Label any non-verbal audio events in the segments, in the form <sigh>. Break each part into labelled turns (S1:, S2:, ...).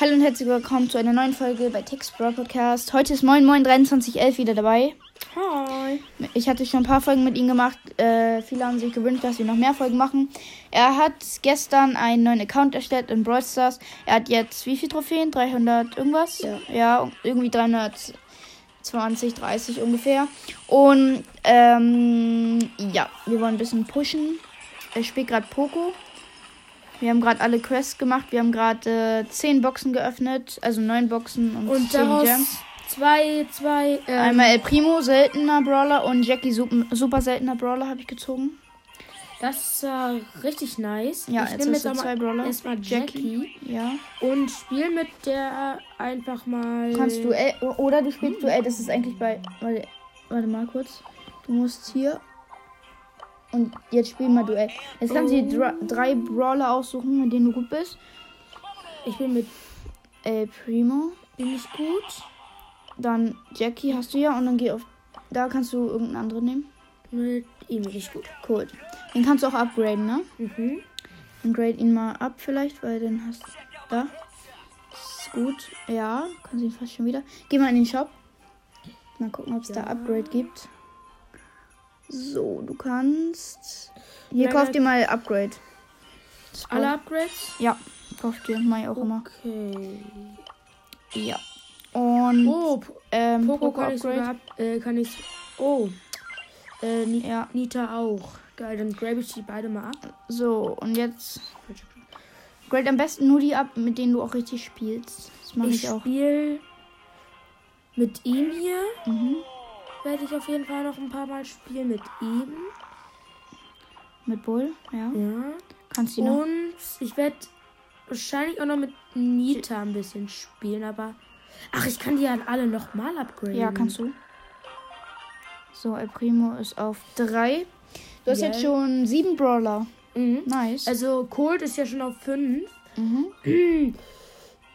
S1: Hallo und herzlich willkommen zu einer neuen Folge bei Text Bro Podcast. Heute ist Moin Moin 2311 wieder dabei.
S2: Hi.
S1: Ich hatte schon ein paar Folgen mit ihm gemacht. Äh, viele haben sich gewünscht, dass wir noch mehr Folgen machen. Er hat gestern einen neuen Account erstellt in Brawl Stars. Er hat jetzt wie viel Trophäen? 300 irgendwas?
S2: Ja.
S1: Ja, irgendwie 320, 30 ungefähr. Und ähm, ja, wir wollen ein bisschen pushen. Er spielt gerade Poco. Wir haben gerade alle Quests gemacht. Wir haben gerade äh, 10 Boxen geöffnet. Also 9 Boxen und, 10
S2: Und daraus
S1: Gems.
S2: zwei, zwei, ähm,
S1: Einmal El Primo, seltener Brawler und Jackie, super, super seltener Brawler habe ich gezogen.
S2: das war richtig nice.
S1: Ja,
S2: ich
S1: jetzt
S2: nehme
S1: hast
S2: jetzt
S1: du zwei
S2: aber
S1: Brawler.
S2: erstmal Jackie
S1: Jackie. Ja.
S2: und spiel mit der einfach mal.
S1: Du kannst Duell, oder du
S2: hm?
S1: spielst Duell, das ist eigentlich bei, warte, warte mal kurz. Du musst hier und jetzt spielen wir Duell. Jetzt kannst du dir dra- drei Brawler aussuchen, mit denen du gut bist.
S2: Ich bin mit
S1: El Primo,
S2: bin ich gut.
S1: dann Jackie hast du ja und dann geh auf, da kannst du irgendeinen anderen nehmen.
S2: Mit ihm bin ich gut.
S1: Cool. Den kannst du auch upgraden, ne?
S2: Mhm.
S1: Dann grade ihn mal ab vielleicht, weil dann hast da. Ist gut. Ja, kannst ihn fast schon wieder. Geh mal in den Shop. Mal gucken, ob es da
S2: Ja.
S1: Upgrade gibt. So, du kannst. Hier
S2: Leider-
S1: kauf dir mal Upgrade. Das
S2: Alle
S1: brauch-
S2: Upgrades.
S1: Ja, kauf dir mal auch immer.
S2: Okay.
S1: Ja. Und
S2: Oh, P-
S1: ähm,
S2: Poco
S1: Hm. Poco
S2: kann ich sogar
S1: Upgrade.
S2: ab, äh, kann ich. Oh. Äh, Ni
S1: Ja,
S2: Nita auch. Geil, dann grabe ich die beide mal ab.
S1: so und jetzt grade am besten nur die ab, mit denen du auch richtig spielst. Das mache
S2: Ich
S1: ich auch.
S2: spiel mit ihm hier.
S1: Mhm.
S2: werde ich auf jeden Fall noch ein paar Mal spielen mit ihm.
S1: Mit Bull, ja.
S2: Ja.
S1: Kannst du die noch
S2: Und ich werde wahrscheinlich auch noch mit Nita ein bisschen spielen, aber. Ach, ich kann die ja alle nochmal upgraden.
S1: Ja, kannst du. So, El Primo ist auf 3. Du hast
S2: Geil.
S1: jetzt schon 7 Brawler.
S2: Mhm.
S1: Nice.
S2: Also, Colt ist ja schon auf 5.
S1: mhm.
S2: <clears throat>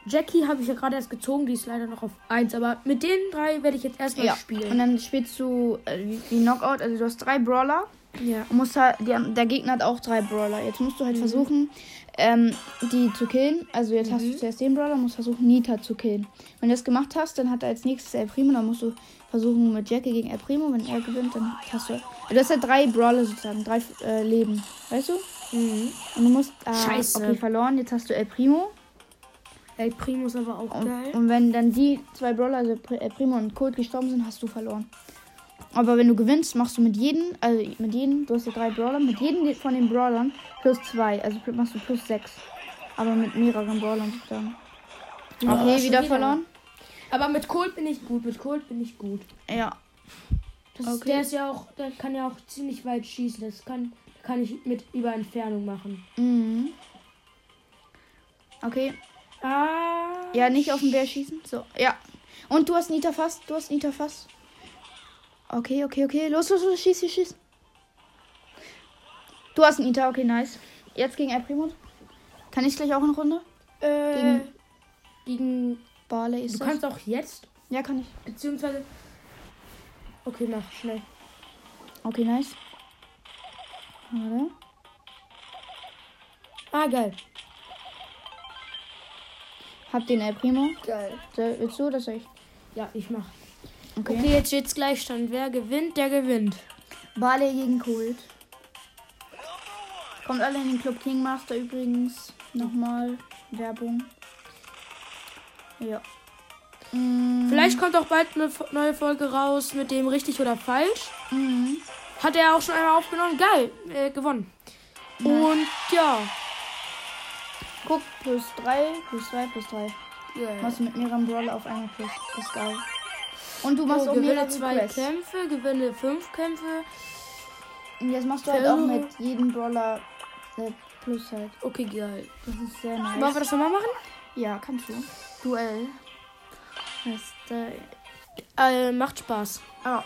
S2: Jackie habe ich ja gerade erst gezogen, die ist leider noch auf 1. Aber mit den drei werde ich jetzt erstmal
S1: Ja. Und
S2: spielen.
S1: dann spielst du äh, wie- wie Knockout. Also, du hast 3 Brawler.
S2: Ja.
S1: Und musst halt, die, haben- der Gegner hat auch 3 Brawler. Jetzt musst
S2: Mhm.
S1: du halt versuchen, ähm, die zu killen. Also, jetzt
S2: Mhm.
S1: hast du zuerst den Brawler, musst versuchen, Nita zu killen. Wenn du das gemacht hast, dann hat er als nächstes El Primo. Dann musst du versuchen, mit Jackie gegen El Primo. Wenn er gewinnt, dann hast du. Du hast halt 3 Brawler sozusagen, 3 äh, Leben. Weißt du?
S2: Mhm.
S1: Und du musst. Äh,
S2: Scheiße.
S1: Okay, verloren. Jetzt hast du El Primo.
S2: El Primo ist aber auch
S1: Und,
S2: geil.
S1: und wenn dann die zwei Brawler, also Pri- El Primo und Colt, gestorben sind, hast du verloren. Aber wenn du gewinnst, machst du mit jedem, also mit jedem, du hast ja drei Brawler, mit jedem von den Brawlern plus zwei. Also pl- machst du plus sechs. Aber mit mehreren Brawlern sozusagen. Okay,
S2: Ja, schon
S1: wieder,
S2: wieder.
S1: verloren.
S2: Aber mit Colt bin ich gut, mit Colt bin ich gut.
S1: Ja.
S2: Das ist,
S1: Okay.
S2: der ist ja auch, der kann ja auch ziemlich weit schießen. Das kann, kann ich mit über Entfernung machen.
S1: Mhm. Okay.
S2: Ah.
S1: Ja, nicht auf den Bär schießen. So, ja. Und du hast Nita fast. Du hast Nita fast. Okay, okay, okay. Los, los, los. Schieß, schieß, schieß. Du hast Nita. Okay, nice. Jetzt gegen El Primo. Kann ich gleich auch eine Runde?
S2: Äh,
S1: Gegen-
S2: gegen.
S1: Barley ist
S2: Du
S1: das.
S2: kannst auch jetzt,
S1: Ja, kann ich.
S2: beziehungsweise. Okay, mach schnell.
S1: Okay, nice. Warte.
S2: Ah, geil.
S1: Hab den El Primo.
S2: Geil.
S1: Soll- Willst du oder soll ich?
S2: Ja, ich mach.
S1: Okay.
S2: Okay, jetzt steht's Gleichstand. Wer gewinnt, der gewinnt.
S1: Barley gegen Cold. Kommt alle in den Club Kingmaster übrigens. Nochmal Werbung. Ja. Mm,
S2: Vielleicht kommt auch bald eine Fo- neue Folge raus mit dem richtig oder falsch.
S1: Mhm.
S2: Hat er auch schon einmal aufgenommen. Geil, äh, gewonnen. Und ja.
S1: Guck, plus 3, plus 2, plus 3. Machst du mit mehreren Brawler auf einmal plus. Das ist geil. Und du machst
S2: Oh,
S1: auch mehrere
S2: gewinne zwei
S1: Quests.
S2: Kämpfe, gewinne fünf Kämpfe.
S1: Und jetzt machst du halt auch
S2: Versuche.
S1: mit jedem Brawler äh, plus halt.
S2: Okay, geil.
S1: Das ist sehr
S2: Wollen wir
S1: nice.
S2: das nochmal machen?
S1: Ja, kannst du. Duell. Das ist, äh,
S2: Äh, macht Spaß.
S1: Oh.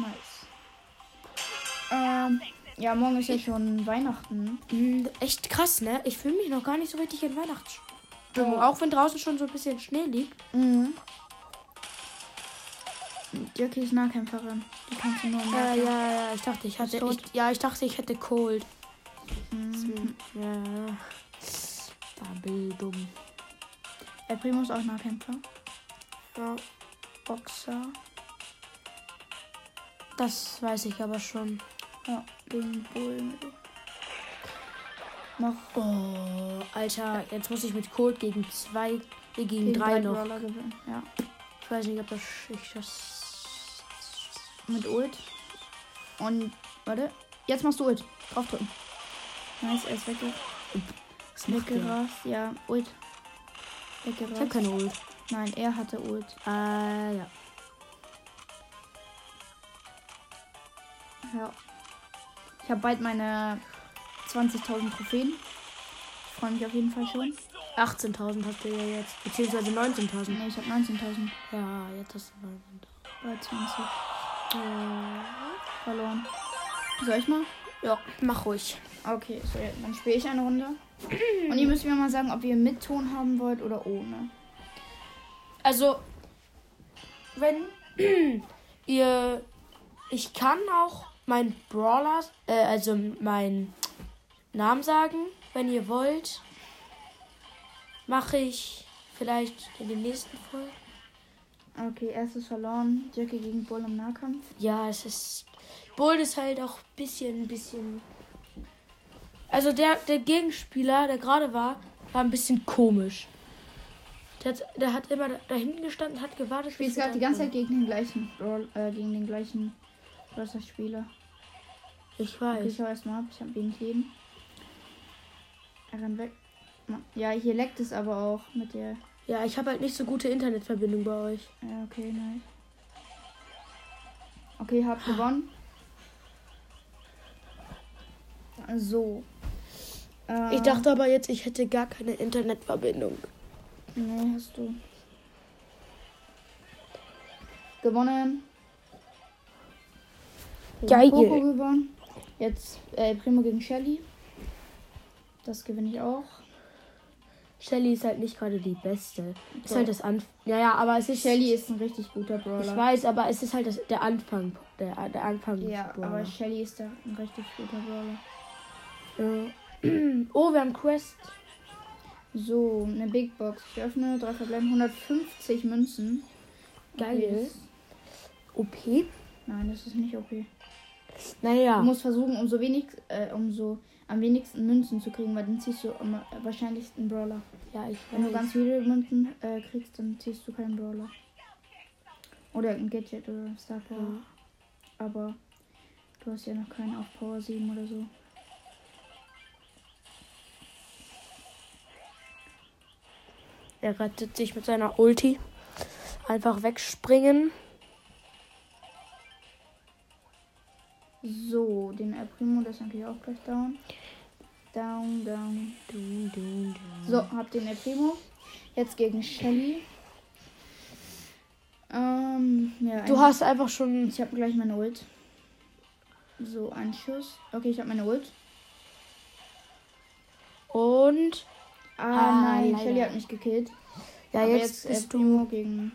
S1: Nice. Ähm, ja, morgen ist ja schon Weihnachten.
S2: Mm, echt krass, ne? Ich fühle mich noch gar nicht so richtig in Weihnachtsstimmung.
S1: Oh.
S2: Auch wenn draußen schon so ein bisschen Schnee liegt.
S1: Mhm. Jackie ist Nahkämpferin. Die kannst du nur im
S2: Äh, Ja,
S1: Nahkampf-
S2: ja, ja. Ich dachte, ich hatte.
S1: Ist tot.
S2: Mhm.
S1: Hm.
S2: Ich, ja, ich dachte, ich hätte Cold.
S1: Mhm.
S2: Ja, ja. Bildung.
S1: El Primo Äh, ist auch Nahkämpfer.
S2: Ja,
S1: Boxer.
S2: das weiß ich aber schon.
S1: Ja, gegen Bullen. Noch
S2: Oh, Alter, jetzt muss ich mit Cold gegen zwei, äh, gegen,
S1: gegen
S2: drei, noch.
S1: Brawler gewinnen. Ja.
S2: Ich weiß nicht, ob das, ich das.
S1: Mit Ult. Und, warte. Jetzt machst du Ult. Draufdrücken. Nice, er ist wegge
S2: Was macht der?
S1: weggerast. Ja, Ult.
S2: Ich hab
S1: Weggerast.
S2: keine Ult.
S1: Nein, er hatte Ult.
S2: Äh, ja.
S1: Ja. Ich habe bald meine 20.000 Trophäen. Freue mich auf jeden Fall schon.
S2: 18.000 habt ihr ja jetzt. Beziehungsweise 19.000.
S1: Nee, ich habe 19.000
S2: Ja, jetzt hast du 19.000.
S1: bei 20
S2: Äh,
S1: verloren. Soll ich mal?
S2: ja, mach ruhig.
S1: Okay, so, ja, dann spiele ich eine Runde. Und ihr müsst mir mal sagen, ob ihr mit Ton haben wollt oder ohne.
S2: Also, wenn <clears throat> ihr. Ich kann auch mein Brawler, äh, also meinen Namen sagen, wenn ihr wollt. Mache ich vielleicht in den nächsten Folgen.
S1: Okay, erstes verloren. Jackie gegen Bull im Nahkampf.
S2: Ja, es ist. Bull ist halt auch ein bisschen, ein bisschen. Also der, der Gegenspieler, der gerade war, war ein bisschen komisch. Der hat, der hat immer da da hinten gestanden, hat gewartet.
S1: Spielst
S2: bis wir
S1: gerade die
S2: dann
S1: ganze Zeit gegen den gleichen Brawl- äh, gegen den gleichen Browser Spieler.
S2: kommen. Ich
S1: Okay,
S2: weiß.
S1: ich hau erstmal ab, ich hab ihn kleben. Er rennt weg. Ma- Ja, hier leckt es aber auch mit der.
S2: Ja, ich habe halt nicht so gute Internetverbindung bei euch.
S1: Ja, okay, nice. Okay, hab gewonnen. So. Äh,
S2: Ich dachte aber jetzt, ich hätte gar keine Internetverbindung.
S1: Nee, hast du. Gewonnen. Gegen
S2: Geil.
S1: Coco gewonnen. Jetzt äh, Primo gegen Shelly. Das gewinne ich auch.
S2: Shelly ist halt nicht gerade die beste. Ist
S1: So.
S2: halt das Anfang. Naja, aber es ist
S1: Shelly ist ein richtig guter Brawler.
S2: Ich weiß, aber es ist halt das, der Anfang. Der, der Anfang.
S1: Ja, aber Shelly ist da ein richtig guter Brawler.
S2: Ja. <clears throat> Oh, wir haben Quest.
S1: So, eine Big Box. Ich öffne, drei verbleiben, 150 Münzen.
S2: Geil.
S1: das-
S2: OP?
S1: Nein, das ist nicht okay.
S2: Naja.
S1: Du musst versuchen, umso wenig, äh, umso am wenigsten Münzen zu kriegen, weil dann ziehst du am wahrscheinlich einen Brawler.
S2: ja, ich
S1: Wenn du
S2: weiß.
S1: ganz viele Münzen äh, kriegst, dann ziehst du keinen Brawler. Oder ein Gadget oder ein Star Power.
S2: Ja.
S1: Aber du hast ja noch keinen auf Power 7 oder so.
S2: Er rettet sich mit seiner Ulti. Einfach wegspringen.
S1: So, den El Primo, der ist natürlich auch gleich down. Down, down. So, hab den El Primo. Jetzt gegen Shelly. Ähm, ja,
S2: Du
S1: ein-
S2: hast einfach schon.
S1: Ich hab gleich meine Ult. So, ein Schuss. Okay, ich hab meine Ult.
S2: Und.
S1: Ah,
S2: Ah,
S1: nein,
S2: leider.
S1: Shelly hat mich gekillt.
S2: Ja,
S1: Aber äh,
S2: jetzt,
S1: El
S2: bist
S1: Primo
S2: du.
S1: gegen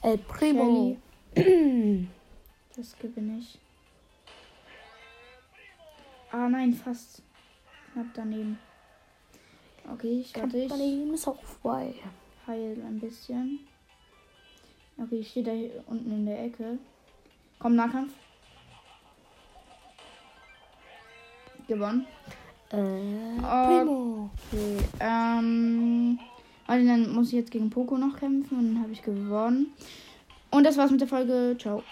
S2: El Primo. <clears throat>
S1: Das gewinne ich. Ah nein, fast. Knapp daneben. Okay, ich warte. Ich
S2: Kampagne ist auch vorbei.
S1: heil ein bisschen. Okay, ich stehe da hier unten in der Ecke. Komm, Nahkampf. Gewonnen.
S2: Äh,
S1: Ah.
S2: Primo.
S1: Okay, ähm. Also dann muss ich jetzt gegen Poco noch kämpfen und dann habe ich gewonnen. Und das war's mit der Folge. Ciao.